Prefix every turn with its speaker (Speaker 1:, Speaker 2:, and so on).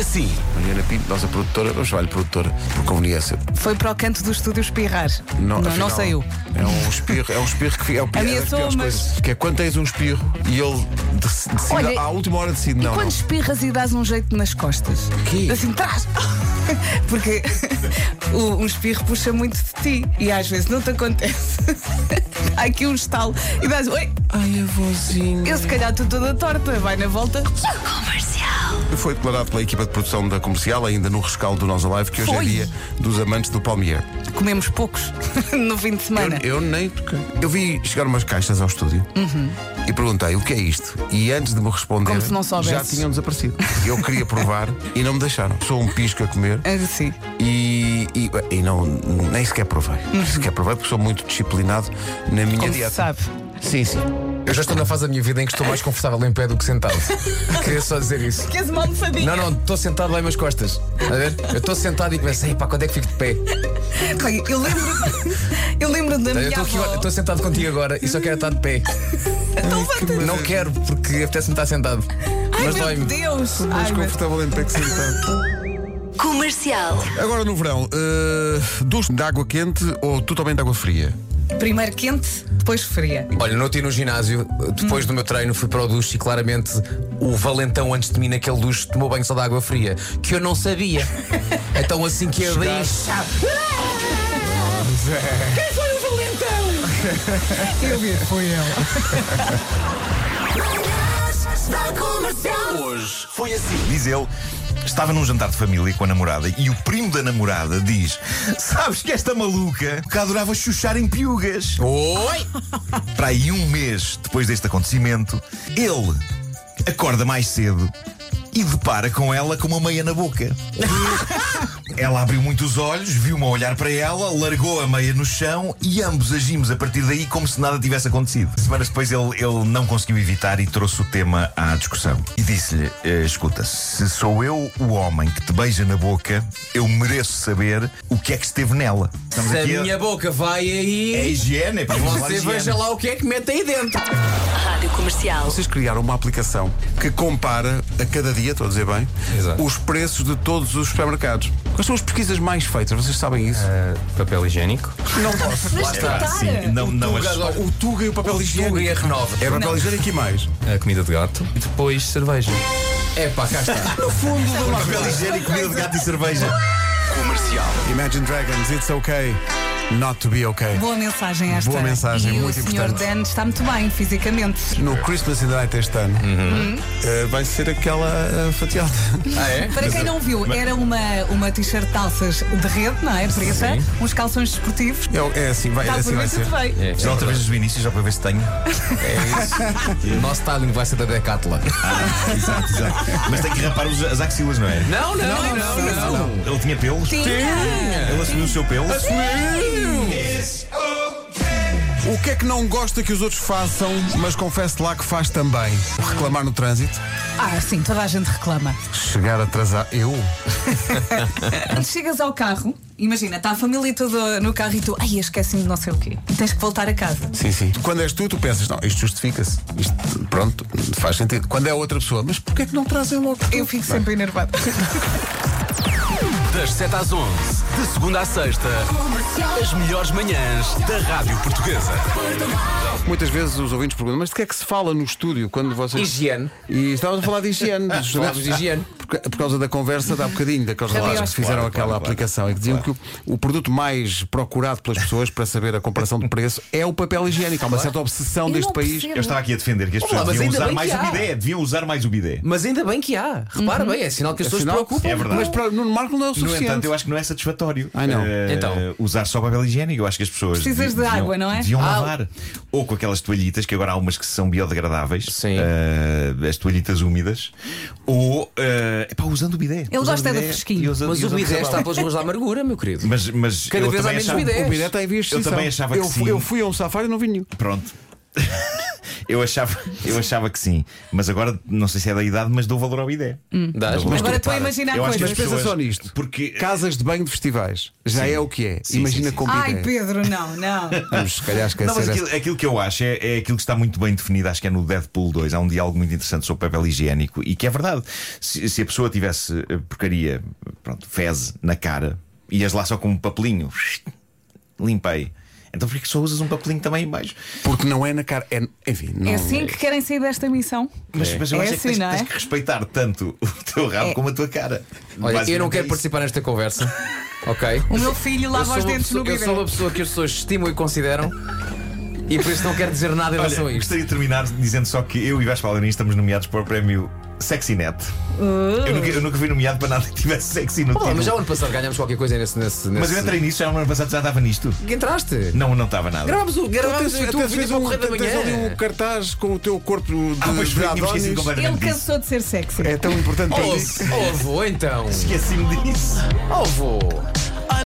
Speaker 1: assim.
Speaker 2: Mariana Pinto, nossa produtora, vamos chamar-lhe produtora, por conveniência.
Speaker 3: Foi para o canto do estúdio espirrar. Não, não,
Speaker 2: afinal,
Speaker 3: saiu.
Speaker 2: É um espirro, é um espirro que fica. É o pior,
Speaker 3: Ameaçou,
Speaker 2: é das piores
Speaker 3: mas-
Speaker 2: coisas. Que é quando tens um espirro e ele dec- decide,
Speaker 3: Olha,
Speaker 2: à última hora decide, não,
Speaker 3: e quando
Speaker 2: não.
Speaker 3: espirras e dás um jeito nas costas?
Speaker 2: quê?
Speaker 3: Assim, trás! Porque o- um espirro puxa muito de ti e às vezes não te acontece. Há aqui um estalo e dás. Oi!
Speaker 2: Ai, avózinho.
Speaker 3: Eu se calhar estou toda torta, vai na volta.
Speaker 2: Foi declarado pela equipa de produção da comercial, ainda no rescaldo do Nós Alive, que hoje
Speaker 3: Foi.
Speaker 2: é dia dos amantes do Palmier.
Speaker 3: Comemos poucos no fim de semana.
Speaker 2: Eu, eu nem toquei. Eu vi chegar umas caixas ao estúdio e perguntei o que é isto. E antes de me responder,
Speaker 3: Como se não soubesses.
Speaker 2: já tinham desaparecido. Eu queria provar e não me deixaram. Sou um pisco a comer
Speaker 3: Ah, Sim.
Speaker 2: e, e- e não, nem sequer provei. Nem sequer provei porque sou muito disciplinado na minha
Speaker 3: Como se
Speaker 2: dieta.
Speaker 3: sabe.
Speaker 2: Sim, sim.
Speaker 1: Eu já estou na fase da minha vida em que estou mais confortável em pé do que sentado. Queria só dizer isso.
Speaker 3: Queres uma almofadinha?
Speaker 1: Não, não, estou sentado lá em minhas costas. Tá A ver? Eu estou sentado e começo, ei pá, quando é que fico de pé?
Speaker 3: Bem, Eu lembro. Eu lembro da
Speaker 1: Eu
Speaker 3: minha
Speaker 1: estou aqui,
Speaker 3: avó. Então
Speaker 1: eu estou sentado contigo agora e só quero estar de pé. Não quero, porque apetece-me estar sentado.
Speaker 3: Ai
Speaker 1: Mas
Speaker 3: meu
Speaker 1: dói-me.
Speaker 3: Deus! Ai, meu-
Speaker 2: confortável em pé que sentado.
Speaker 4: Comercial.
Speaker 2: Agora no verão, eh, duche de água quente ou totalmente de água fria?
Speaker 3: Primeiro quente, depois fria.
Speaker 1: Olha, no no ginásio, depois do meu treino, fui para o duche e claramente o valentão antes de mim naquele duche tomou banho só de água fria, que eu não sabia. Então assim que abri.
Speaker 5: Hoje foi assim. Diz ele. Estava num jantar de família com a namorada e o primo da namorada diz: Sabes que esta maluca que adorava chuchar em piugas.
Speaker 1: Oi!
Speaker 5: Para aí um mês depois deste acontecimento, ele acorda mais cedo e depara com ela com uma meia na boca. ela abriu muito os olhos, viu-me a olhar para ela, largou a meia no chão e ambos agimos a partir daí como se nada tivesse acontecido. Semanas depois ele, ele não conseguiu evitar e trouxe o tema à discussão. E disse-lhe: "Eh, Escuta, se sou eu o homem que te beija na boca, eu mereço saber o que é que esteve nela. Estamos
Speaker 1: Se a
Speaker 5: aqui a-
Speaker 1: minha boca vai
Speaker 5: É
Speaker 1: aí,
Speaker 5: higiene, é para falar de
Speaker 1: você
Speaker 5: higiene.
Speaker 1: veja lá o que é que mete aí dentro.
Speaker 4: Rádio Comercial.
Speaker 2: Vocês criaram uma aplicação que compara a cada dia, estou a dizer bem,
Speaker 1: Exato.
Speaker 2: os preços de todos os supermercados. Quais são as pesquisas mais feitas? Vocês sabem isso?
Speaker 3: Eh,
Speaker 1: papel higiênico.
Speaker 2: Não posso.
Speaker 5: Lá está. Tá, Sim, não, não as-
Speaker 2: O Tuga e o papel higiênico.
Speaker 1: e a Renova.
Speaker 2: É papel higiênico e mais.
Speaker 1: A comida de gato. E depois cerveja. É pá, cá está.
Speaker 5: Papel higiênico, comida de gato e cerveja.
Speaker 2: Imagine Dragons, it's okay not to be okay.
Speaker 3: Boa mensagem esta.
Speaker 2: Boa mensagem,
Speaker 3: e
Speaker 2: muito
Speaker 3: o senhor
Speaker 2: importante.
Speaker 3: Dan está muito bem fisicamente.
Speaker 2: No Christmas in the Night este ano eh, vai ser aquela eh, fatiada.
Speaker 1: Ah, é?
Speaker 3: Para quem não viu, era uma, uma t-shirt de calças de rede, não é? Preta, uns calções desportivos.
Speaker 2: É, é assim, vai,
Speaker 3: Está por
Speaker 2: assim vai
Speaker 3: ver
Speaker 2: ser.
Speaker 3: tudo bem.
Speaker 5: Já outra vez os inícios, já para ver se tenho.
Speaker 1: O nosso styling vai ser da Decathlon.
Speaker 5: Exato, exato. Mas tem que rapar os- as axilas, não é?
Speaker 1: Não, não, não, não. não.
Speaker 5: Ele tinha pelos?
Speaker 3: Tinha.
Speaker 5: Ele assumiu o seu pelo?
Speaker 2: O que é que não gosta que os outros façam, mas confesso lá que faz também? Reclamar no trânsito?
Speaker 3: Ah, sim, toda a gente reclama.
Speaker 2: Chegar atrasado. Eu?
Speaker 3: Quando chegas ao carro, imagina, está a família toda no carro e tu, ai, esqueci-me de não sei o quê. E tens que voltar a casa.
Speaker 2: Sim, sim. Quando és tu, tu pensas, não, isto justifica-se. Isto, pronto, faz sentido. Quando é outra pessoa, mas porquê é que não trazem logo?
Speaker 3: Eu fico sempre enervada.
Speaker 6: Das 7 às 11, de segunda à sexta, as melhores manhãs da Rádio Portuguesa.
Speaker 2: Muitas vezes os ouvintes perguntam, mas de que é que se fala no estúdio quando vocês.
Speaker 1: Higiene.
Speaker 2: E estávamos a falar de higiene. justamente.
Speaker 1: falávamos de higiene.
Speaker 2: Por, por causa da conversa de há bocadinho, daqueles
Speaker 3: Rabiós.
Speaker 2: relatos que fizeram
Speaker 5: Claro,
Speaker 2: aquela
Speaker 5: claro, claro.
Speaker 2: aplicação e que diziam que o, o produto mais procurado pelas pessoas para saber a comparação de preço é o papel higiênico. Há uma certa obsessão
Speaker 3: Eu
Speaker 2: deste
Speaker 3: não
Speaker 2: país.
Speaker 3: percebo.
Speaker 5: Eu estava aqui a defender que as pessoas
Speaker 1: mas
Speaker 5: deviam
Speaker 1: ainda
Speaker 5: usar
Speaker 1: bem
Speaker 5: mais
Speaker 1: que
Speaker 5: o
Speaker 1: há.
Speaker 5: bidé, deviam usar mais o bidé.
Speaker 1: Mas ainda bem que há. Repara bem, é sinal que as pessoas se
Speaker 2: Afinal,
Speaker 1: preocupam.
Speaker 5: É verdade.
Speaker 2: Mas para, no Marco não é o
Speaker 5: No
Speaker 2: suficiente.
Speaker 5: entanto, eu acho que não é satisfatório
Speaker 2: Ai, não.
Speaker 5: eh,
Speaker 1: Então.
Speaker 5: usar só papel higiênico. Eu acho que as pessoas.
Speaker 3: Precisas de
Speaker 5: deviam-
Speaker 3: água, não é?
Speaker 5: Deviam
Speaker 1: Ah,
Speaker 5: lavar. Ou com aquelas toalhitas, que agora há umas que são biodegradáveis.
Speaker 1: Sim.
Speaker 5: eh, as toalhitas úmidas. Ou. é epá, usando o bidé.
Speaker 3: Ele
Speaker 5: Usando
Speaker 3: gosta
Speaker 5: o
Speaker 3: da
Speaker 5: bidé
Speaker 3: fresquinho.
Speaker 5: e usando-
Speaker 1: Mas
Speaker 5: e
Speaker 1: o
Speaker 5: usando
Speaker 1: bidé
Speaker 5: sabão.
Speaker 1: está pelas ruas da amargura, meu querido.
Speaker 5: Mas, mas
Speaker 1: Cada
Speaker 5: eu
Speaker 1: vez há
Speaker 5: também
Speaker 1: menos
Speaker 5: achava-
Speaker 1: bidés.
Speaker 2: O bilhete está em via
Speaker 5: Eu também achava que
Speaker 2: um- eu, fui-
Speaker 5: sim.
Speaker 2: eu fui a um safari e não vi nenhum.
Speaker 5: Pronto. Eu achava, eu achava que sim, mas agora não sei se é da idade, mas dou valor ao ideia.
Speaker 1: Dás?
Speaker 3: Agora
Speaker 5: Mas tu
Speaker 3: estou a
Speaker 5: repara,
Speaker 3: imaginar
Speaker 5: eu acho que
Speaker 2: Mas
Speaker 3: coisas.
Speaker 2: pensa
Speaker 5: pessoas-
Speaker 2: só nisto.
Speaker 5: porque- eh,
Speaker 2: Casas de banho de festivais. Já
Speaker 5: Sim.
Speaker 2: é o que é.
Speaker 5: Sim,
Speaker 2: Imagina
Speaker 5: sim, sim.
Speaker 2: como
Speaker 3: Ai,
Speaker 2: ideia.
Speaker 3: Pedro, não, não.
Speaker 2: Vamos se calhar esquecer
Speaker 5: Não, mas
Speaker 2: essa-
Speaker 5: aquilo, aquilo que eu acho é, é aquilo que está muito bem definido, acho que é no Deadpool 2. Há um diálogo muito interessante sobre papel higiênico e que é verdade. Se, se a pessoa tivesse eh, porcaria, pronto, fez na cara, ias lá só com um papelinho, limpei. Então por que só usas um papelinho também em baixo?
Speaker 2: Porque não é na cara. É, enfim, não
Speaker 3: É assim que querem sair desta missão.
Speaker 5: Mas, mas eu
Speaker 3: É
Speaker 5: acho
Speaker 3: assim,
Speaker 5: que tens,
Speaker 3: não é?
Speaker 5: tens que respeitar tanto o teu rabo
Speaker 3: É.
Speaker 5: como a tua cara.
Speaker 1: Olha, eu não
Speaker 5: Basicamente é
Speaker 1: quero
Speaker 5: isso.
Speaker 1: participar nesta conversa. Ok?
Speaker 3: O meu filho
Speaker 1: Eu
Speaker 3: lava
Speaker 1: sou,
Speaker 3: os
Speaker 1: uma
Speaker 3: dentes no
Speaker 1: pessoa, eu
Speaker 3: bidé.
Speaker 1: sou uma pessoa que as pessoas estimam e consideram e por isso não quero dizer nada em relação a
Speaker 5: Olha,
Speaker 1: isto.
Speaker 5: gostaria de terminar dizendo só que eu e Vasco Palmeirinho estamos nomeados para o prémio Sexinet.
Speaker 3: Uh.
Speaker 5: Eu, nunca, eu nunca fui nomeado para nada que tivesse sexy no
Speaker 1: Pá,
Speaker 5: título.
Speaker 1: mas já o ano passado ganhámos qualquer coisa nesse. nesse, nesse...
Speaker 5: Mas eu entrei nisso, já no ano passado já estava nisto.
Speaker 1: Que entraste?
Speaker 5: Não, não estava nada.
Speaker 1: Gravámos o gravámos
Speaker 2: Até-
Speaker 1: o
Speaker 2: até
Speaker 1: teu vídeo
Speaker 2: fez
Speaker 1: para o
Speaker 2: um,
Speaker 1: correr da
Speaker 2: tens ali
Speaker 1: manhã.
Speaker 2: um cartaz com o teu corpo de,
Speaker 5: Ah, pois
Speaker 2: de
Speaker 5: foi, tinha
Speaker 2: Adonis.
Speaker 5: esquecido
Speaker 3: Ele
Speaker 5: completamente disso.
Speaker 3: cansou de ser sexy.
Speaker 2: É tão importante para mim.
Speaker 1: Oh, oh, vou então.
Speaker 5: Esqueci-me disso.
Speaker 1: Oh, vou.